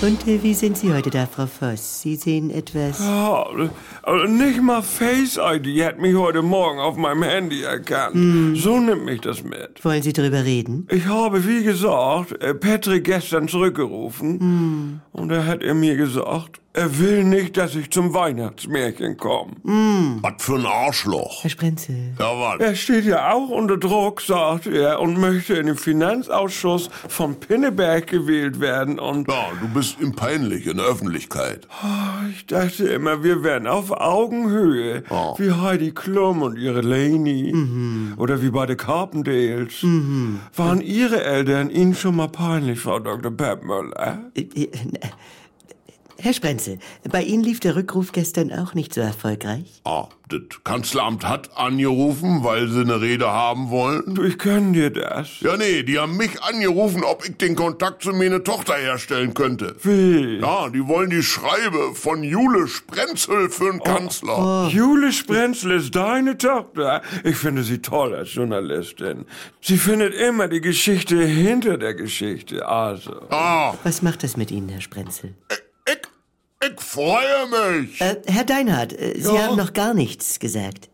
Und äh, wie sind Sie heute da, Frau Voss? Sie sehen etwas. Ja, also nicht mal Face ID hat mich heute Morgen auf meinem Handy erkannt. So nimmt mich das mit. Wollen Sie drüber reden? Ich habe, wie gesagt, äh, Patrick gestern zurückgerufen. Und da hat er mir gesagt, er will nicht, dass ich zum Weihnachtsmärchen komme. Was für ein Arschloch. Herr Sprenzel. Ja, was? Er steht ja auch unter Druck, sagt er, und möchte in den Finanzausschuss von Pinneberg gewählt werden. Und Ja, du bist ihm peinlich in der Öffentlichkeit. Ah, ich dachte immer, wir wären auf Augenhöhe. Wie Heidi Klum und ihre Laney. Oder wie bei den Carpendales. Waren Ihre Eltern Ihnen schon mal peinlich, Frau Dr. Peppmüller? Äh, äh, äh, Herr Sprenzel, bei Ihnen lief der Rückruf gestern auch nicht so erfolgreich. Ah, das Kanzleramt hat angerufen, weil sie eine Rede haben wollen. Ich kann dir das. Ja, nee, die haben mich angerufen, ob ich den Kontakt zu meine Tochter herstellen könnte. Wie? Ja, die wollen die Schreibe von Jule Sprenzel für Oh den Kanzler. Jule Sprenzel ist deine Tochter. Ich finde sie toll als Journalistin. Sie findet immer die Geschichte hinter der Geschichte. Also. Ah, Was macht das mit Ihnen, Herr Sprenzel? ich, ich freue mich. Äh, Herr Deinhardt, äh, Sie haben noch gar nichts gesagt.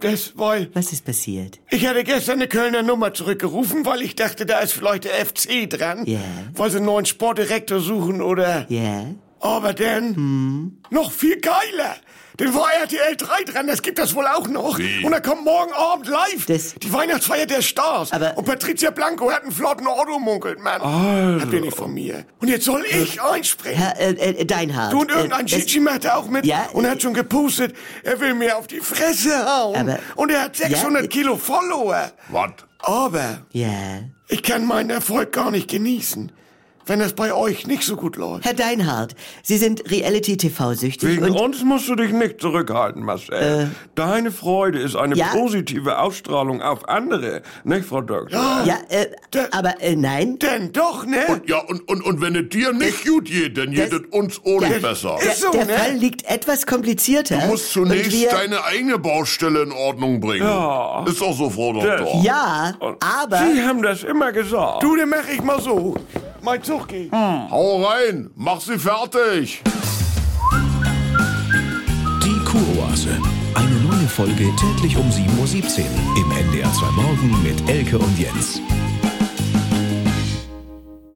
Das, weil Was ist passiert? ich hatte gestern eine Kölner Nummer zurückgerufen, weil ich dachte, da ist vielleicht der FC dran. Ja. Weil sie einen neuen Sportdirektor suchen oder... Ja? Hm. Aber dann, noch viel geiler. Dann war RTL 3 dran, das gibt das wohl auch noch. Und dann kommt morgen Abend live Das- die Weihnachtsfeier der Stars. Aber- Und Patricia Blanco hat einen flotten Auto munkelt, Mann. Also. Habt ihr nicht von mir. Und jetzt soll ich einspringen. Herr äh, äh, Deinhardt. Du und irgendein äh, das- Gigi macht da auch mit Ja, und äh, hat schon gepostet, er will mir auf die Fresse hauen. Aber- und er hat Ja, 600 äh, Kilo Follower. Was? Aber Ja. ich kann meinen Erfolg gar nicht genießen, wenn das bei euch nicht so gut läuft. Herr Deinhardt, Sie sind Reality-TV-süchtig Wegen und... Äh. uns musst du dich nicht zurückhalten, Marcel. Deine Freude ist eine Ja? positive Ausstrahlung auf andere, nicht, Frau Doktor? Ja, äh, aber äh, nein. Denn doch, ne? Ja, und, und, und wenn es dir nicht gut geht, dann geht das- es uns ohne das- besser. Der, so, der ne? Fall liegt etwas komplizierter. Du musst Und zunächst wir, deine eigene Baustelle in Ordnung bringen. Ja. Ist auch so, Frau Doktor. Ja, Äh, aber... Sie haben das immer gesagt. Du, dann mach ich mal so. Mein Zug geht. Hau rein, mach sie fertig. Die Kuroase. Eine neue Folge täglich um 7.17 Uhr im NDR 2 Morgen mit Elke und Jens.